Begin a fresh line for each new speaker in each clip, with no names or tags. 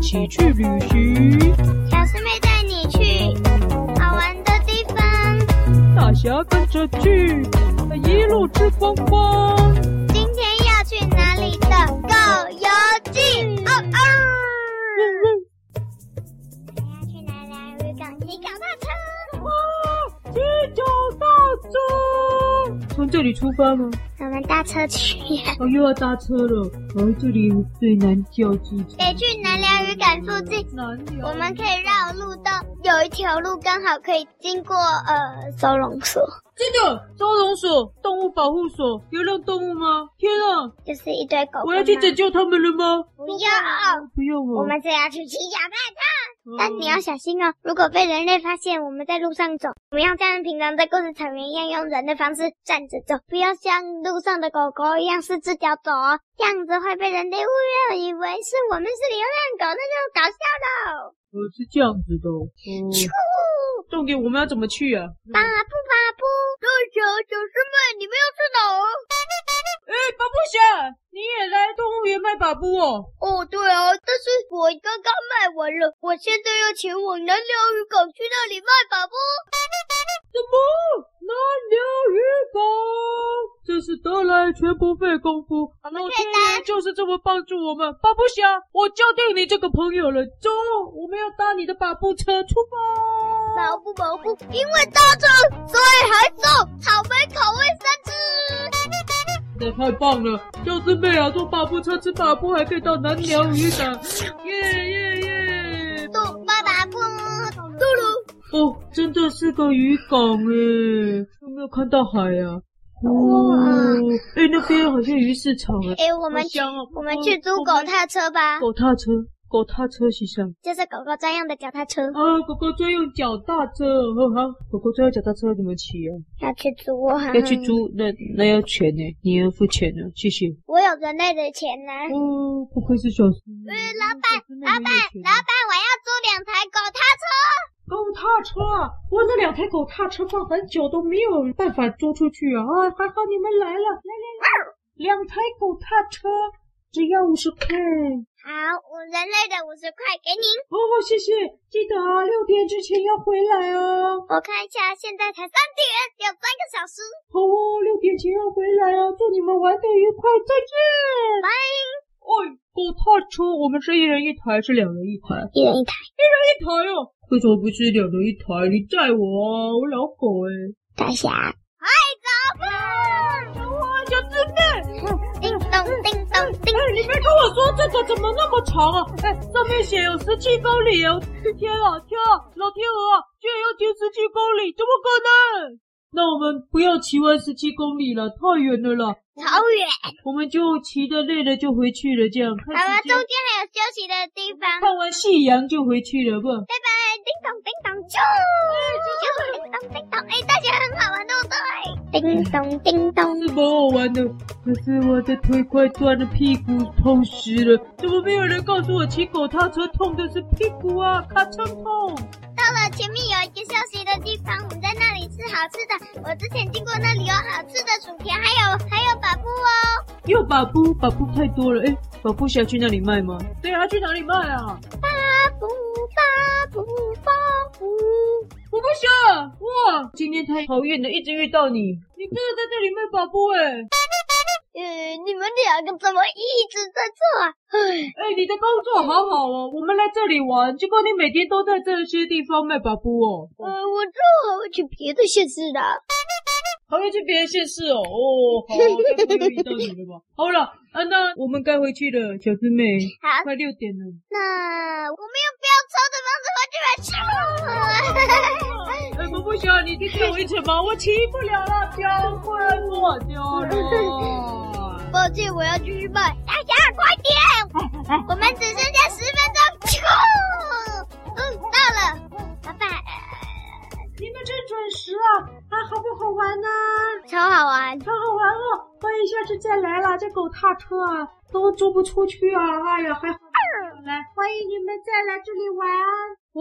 起去旅行，
小师妹带你去好玩的地方。
大侠跟着去，一路吃光光。
今天要去哪里的狗游记？哦哦！我要去南良渔港骑脚踏车。
骑脚大车，从这里出发吗？
我们搭车去，
哦，又要搭车了。哦，这里最难叫机车。
得去南良渔港附近。
难聊
我们可以绕路到有一条路，刚好可以经过呃收容所，
真的，收容所、动物保护所，流浪动物吗？天啊，
就是一堆狗狗。
我要去拯救他们了吗？
不要，
不用哦。
我们是要去骑脚踏车。
嗯
但你要小心哦，如果被人类发现我们在路上走，我们要像平常在故事草原一样，用人的方式站着走，不要像路上的狗狗一样四只脚走哦，这样子会被人类误认，以为是我们是流浪狗，那就搞笑了。
呃是这样子 的哦。哦
呼，
重点我们要怎么去啊？
巴布巴布，肉球小师妹，你们要去哪儿？
哎，巴布侠，你也来动物园卖把布哦？
哦，对哦，但是我刚刚卖完了，我现在要前往南寮渔港去那里卖宝宝。
什么？南寮渔港？真是得来全不费工夫。
我们
老
可以
天
搭
爷就是这么帮助我们。巴布侠，我交定你这个朋友了。走，我们要搭你的把布车出发。
保护保护，因为搭车，所以还送草莓口味三只。
那太棒了！教师妹啊，坐把布车吃把布，还可以到南寮渔港。耶耶耶！
嘟爸爸不，嘟噜，
哦，真的是个渔港诶，有没有看到海啊？哦
哇，
哎、那边好像鱼市场哎、
诶，我们
好
去
香哦
我们去租狗踏车吧，
狗踏车，狗踏车是上
就是狗狗专用的脚踏车，
啊，狗狗专用脚踏车，呵呵，狗狗专用脚踏车怎么骑啊？
要去租啊，
要去。租，那那要钱呢、你要付钱呢、谢谢。
我有人类的钱呢、
哦，不愧是小师妹。
嗯老板
真的
老
很有
板，
钱
老
啊
板，我要租两台狗踏车。
狗踏车，啊我那两台狗踏车放很久都没有办法租出去啊！啊，还好你们来了，来来来，两台狗踏车只要五十块。哦，
好，我人类的五十块给您。
谢谢，记得啊，六点之前要回来哦。
我看一下，现在才三点，有三个小时。
好哦，六点前要回来哦。祝你们玩的愉快，再见。
拜，
哎，狗踏车，我们是一人一台，是两人一台？
一人一台，
一台哦。为什么不是两人一台？你载我啊，我老狗哎、
大侠。叮咚叮
走啊，小师妹。
咚叮
哎，你别跟我说这个怎么那么长啊！哎，上面写有十七公里哦！天啊天啊，老天鹅啊，居然要骑十七公里，怎么可能？那我们不要骑完十七公里了，太远了啦，
好远，
我们就骑的累了就回去了，这样
好
看
了，
时
中
间，
间还有休息的地方。
看完夕阳就回去了吧。
拜拜，叮咚叮咚啾，啾叮咚叮咚，哎，大家很好玩，对不对？叮咚叮咚，
是蛮好玩的，可是我的腿快断了，屁股痛死了。怎么没有人告诉我骑狗踏车痛的是屁股啊？咔嚓痛！
到了前面有一个休息的地方，我们在那里吃好吃的。我之前经过那里有好吃的薯条，还有还有把布哦。
又把布把布太多了，哎，把布是要去那里卖吗？对啊，去哪里卖啊？
巴布巴布巴布。
我不想，哇，今天太好运了，一直遇到你，你真的在这里卖把布哎，
呃，你们两个怎么一直在这啊？唉，
哎，你的工作好好哦，我们来这里玩，结果你每天都在这些地方卖把布哦，
呃，我正好去别的县市了。
还会去别的县市哦，哦，好，该不会又遇到你了 吧？好了，啊，那我们该回去了，小师妹，
好，
快六点了，
那我们用飙车的方式回去吧。
哎，我不想，你去借我一程吧，我骑不了了，教会我教了。
抱歉，我要去卖。大家快点，我们只剩下十分钟。啾嗯，到了，老板，
你们真准时啊！啊，好不好玩呢、
超好玩。
好好玩哦！欢迎下次再来啦！这狗踏车啊，都租不出去啊！哎呀，还好
嗯
来，欢迎你们再来这里玩。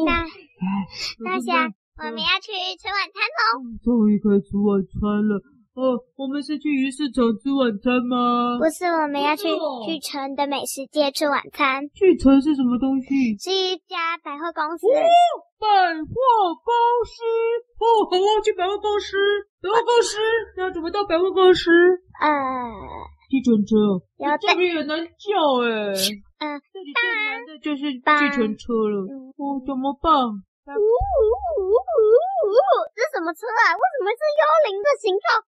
那
哎
嗯大侠，我们要去吃晚餐喽。
终于可以吃晚餐了。啊，哦，我们是去鱼市场吃晚餐吗？
不是，我们要去
哦
去城的美食街吃晚餐，
巨城是什么东西？
是一家百货公司。
百货公司。哦，好忘记百货公司。百货公司，那要怎么到百货公司？
呃，
计程车哦，
有
这边也难叫哎。
嗯
这里最难的就是
吧
计程车了。
嗯
哦，怎么办？
呜呜呜呜呜！这什么车啊？为什么是幽灵的形状？呃，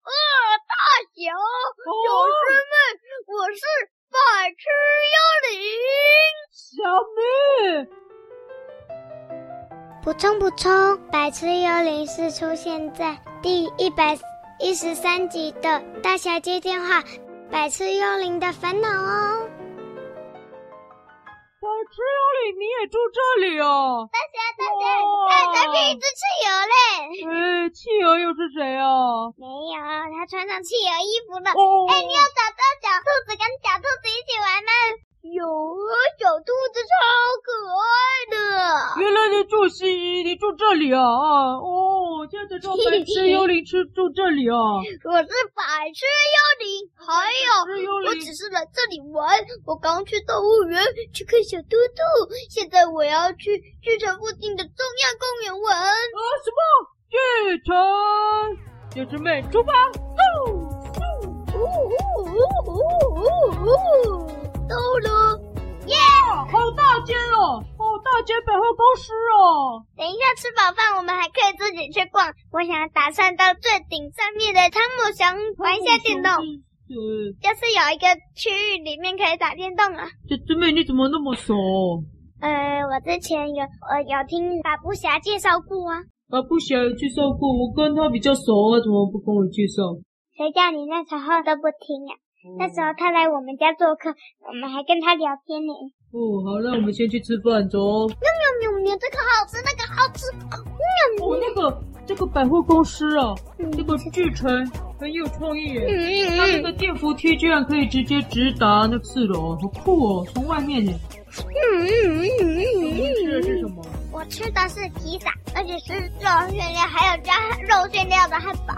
大侠，小
哦
师妹，我是百痴幽灵。
小妹，
补充补充，百痴幽灵是出现在第一百一十三集的《大侠接电话》《百痴幽灵的烦恼》哦。
百痴幽灵，你也住这里哦？
大侠，大
哇
侠，看才变一只汽油嘞！
哎，企鹅又是谁啊？
没有，他穿上汽油衣服了。
哦，
哎、你有找到小兔子跟小兔子一起玩吗？有啊，小兔子超可爱的。
原来你住西医，你住这里啊啊！哦，现在叫白痴幽灵吃住这里啊，
我是百痴幽灵，还有。
是幽
我
灵
只是来这里玩，我刚去动物园去看小兔兔，现在我要去巨城附近的中央公园玩。
啊什么巨城？小师妹，出发！哦，
呜呜呜呜呜呜，到了！耶、
好大间哦，好大间百货公司哦。
等一下吃饱饭，我们还可以自己去逛。我想打算到最顶上面的汤姆熊玩一
哎
下电动，
呃，
就是有一个区域里面可以打电动啊。
小师妹你怎么那么熟？
呃，我之前有呃有听法布侠介绍过啊。
啊，不想介绍过，我跟他比较熟啊，怎么不跟我介绍？
谁叫你那时候都不听啊？那时候他来我们家做客，我们还跟他聊天呢。
哦，好，那我们先去吃饭，走。哦
喵喵喵，这个好吃，那个好吃。呃喵
哦
喵，
那个这个百货公司啊，
嗯
这个巨城很有创意耶。它那
嗯嗯
个电扶梯居然可以直接直达那四楼，好酷哦！从外面呢，
嗯嗯嗯
你们吃的是什么？
我吃的是披萨，而且是肉馅料，还有加肉馅料的汉堡，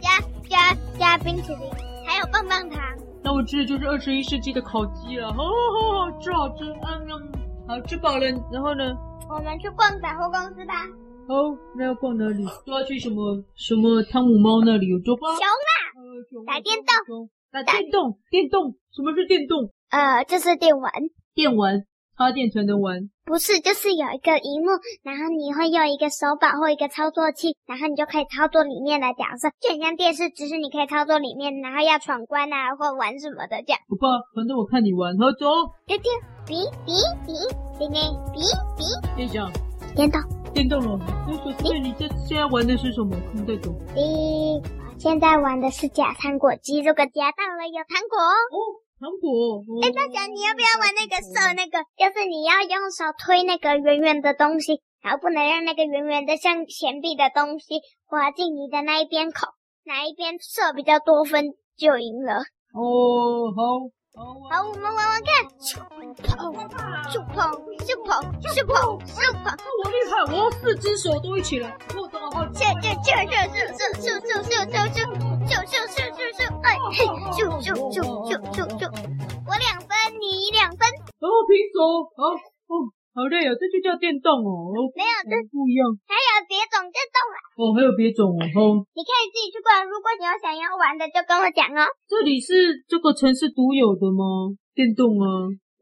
加加加冰淇淋，还有棒棒糖。
那我吃的就是二十一世纪的烤鸡了，好好好好吃，好吃，嗯嗯，好吃饱了，然后呢？
我们去逛百货公司吧。
哦，那要逛哪里？都要去什么什么汤姆猫那里？走吧。
熊啊，
呃熊
打电
动，熊打呃电动，电动，什么是电动？
呃，这是电玩，
电玩，插电才能玩。
不是，就是有一个荧幕，然后你会用一个手把或一个操作器，然后你就可以操作里面的角色，就很像电视，只是你可以操作里面，然后要闯关啊或玩什么的这样。
不怕，反正我看你玩，好走。
丢丢，比比比比比比，
店长，
点头。
电动了。那小师妹，你这现在哦玩的是什么？看不太懂。
第一，我现在玩的是假糖果机，如果夹到了有糖果哦。
哦，糖果。
哎、
哎
大侠，你要不要玩那个射那个？就是你要用手推那个圆圆的东西，然后不能让那个圆圆的像钱币的东西滑进你的那一边口，哪一边射比较多分就赢了。
哦，好，好玩。
好，我们玩玩看，咻砰，咻砰，咻砰，咻砰，咻砰，
那我哦厉害，我要四只手都一起来。我怎么好
咻咻咻咻咻咻咻咻咻咻咻咻咻咻，哎嘿，咻咻咻咻咻咻。我两分，你两分，
然后哦平手，好，哦，好累啊，这就叫电动哦。哦
没有
哦不一样
还有别种电动啊，
哦，还有别种哦。哦
你可以自己去逛。如果你有想要玩的，就跟我讲哦。
这里是这个城市独有的吗？电动啊，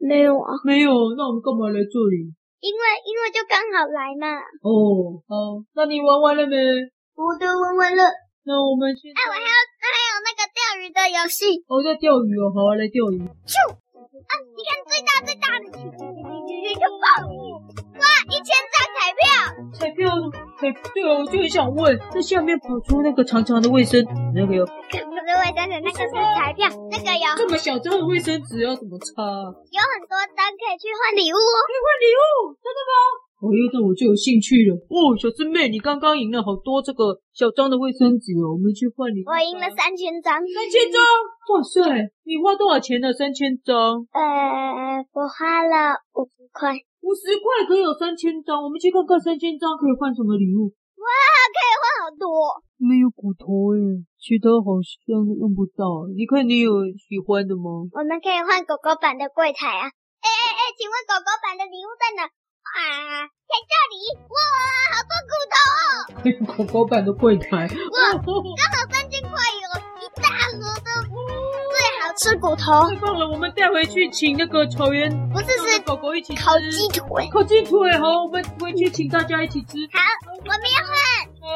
没有啊，
没有，那我们干嘛来这里？
因为因为就刚好来嘛。
哦，好，那你玩完了没？
我的玩完了，哎，
那我们现在
我还有还有那个钓鱼的游戏，
哦，在钓鱼哦，好啊，来钓鱼。
咻啊！你看最大最大的，一个鲍鱼，哇，一千张彩票，
彩票，彩对哦，我就很想问，那下面跑出那个长长的卫生纸，那个有
可不是我真的那个是彩票，那个有
这么小张的卫生纸要怎么擦啊？
有很多张可以去换礼物哦。
换礼物，真的吗？哦，又让我就有兴趣了。哦，小师妹，你刚刚赢了好多这个小张的卫生纸哦，我们去换礼物吧。
我赢了三千张，
三千张。哇塞，你花多少钱呢？三千张，
呃，我花了五十块。
五十块可以有三千张。我们去看看三千张可以换什么礼物。
哇，换好多。
没有骨头诶，其他好像用不到。你看你有喜欢的吗？
我们可以换狗狗版的柜台啊！哎哎哎，请问狗狗版的礼物在哪？啊，在这里！哇，好多骨头哦！
还有哎狗狗版的柜台。
哇，刚好三千块有一大盒的最好吃骨头，
太棒了，我们带回去请那个草原
不是
上的
是
狗狗一起吃
烤鸡腿。
烤鸡腿。好，我们回去请大家一起吃。
好，我们要换，
好，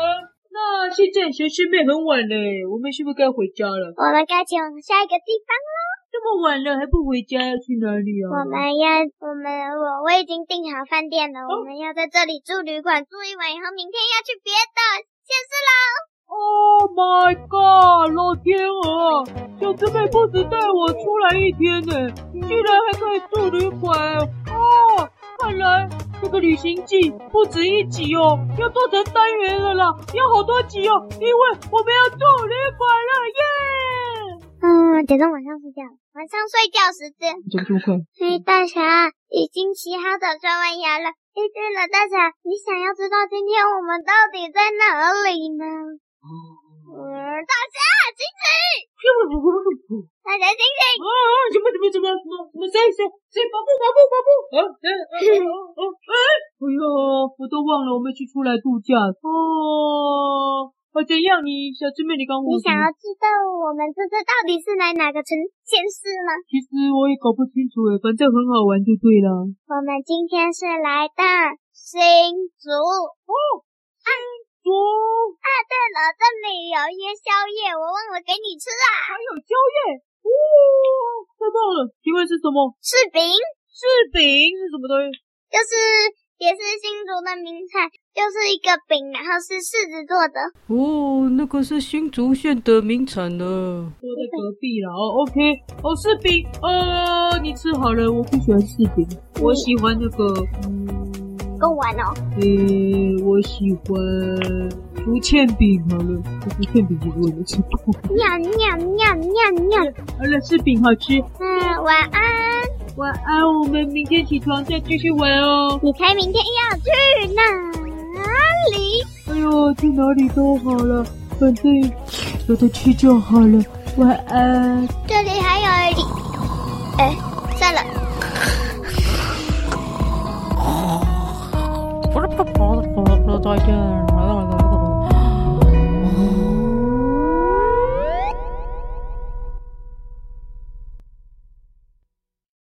那现在小师妹很晚嘞，我们是不是该回家了？
我们该前往下一个地方。
这么晚了还不回家，要去哪里啊？
我们要，我们我我已经订好饭店了，
哦
我们要在这里住旅馆住一晚，以后明天要去别的县市喽。
Oh my god！老天鹅，小师妹不止带我出来一天呢，居然还可以住旅馆哦！看来这个旅行记不止一集哦，要做成单元了啦，要好多集哦，因为我们要住旅馆了耶！
嗯，等到晚上睡觉了，晚上睡觉时间。
怎么这么快？
嘿，大侠已经洗好澡、刷完牙了。哎，对了，大侠，你想要知道今天我们到底在哪里呢？呃，大侠，醒醒！
啊！
大侠，醒醒！
什么什么什么什么什么谁谁谁跑步跑步跑步！啊哎哎哎哎哎！哎呦，我都忘了我们去出来度假哦。啊，怎样？你小师妹，你刚问
你
我什
想要
么
知道我们这次到底是来哪个城县市吗？
其实我也搞不清楚哎，反正很好玩就对了。
我们今天是来到新竹。哦，
哦，
啊对了，这里有一些宵夜，我忘了给你吃啊，
还有宵夜，哦，太棒了！请问是什么？
柿饼，
柿饼是什么东西？
就是也是新竹的名产，就是一个饼，然后是柿子做的。
哦，那个是新竹县的名产呢。
我在隔壁了哦，OK，哦，柿饼，呃，你吃好了，我不喜欢柿饼，我喜欢那个，嗯，
跟我玩哦，
呃，我喜欢竹签饼好了，竹签饼其实我没吃过。
喵喵喵喵喵。
好了，柿饼好吃，
嗯，晚安。
晚安，我们明天起床再继续玩哦。
你猜明天要去哪里？
哎呦，去哪里都好了，反正有的去就好了。晚安。
这里还有一，哎，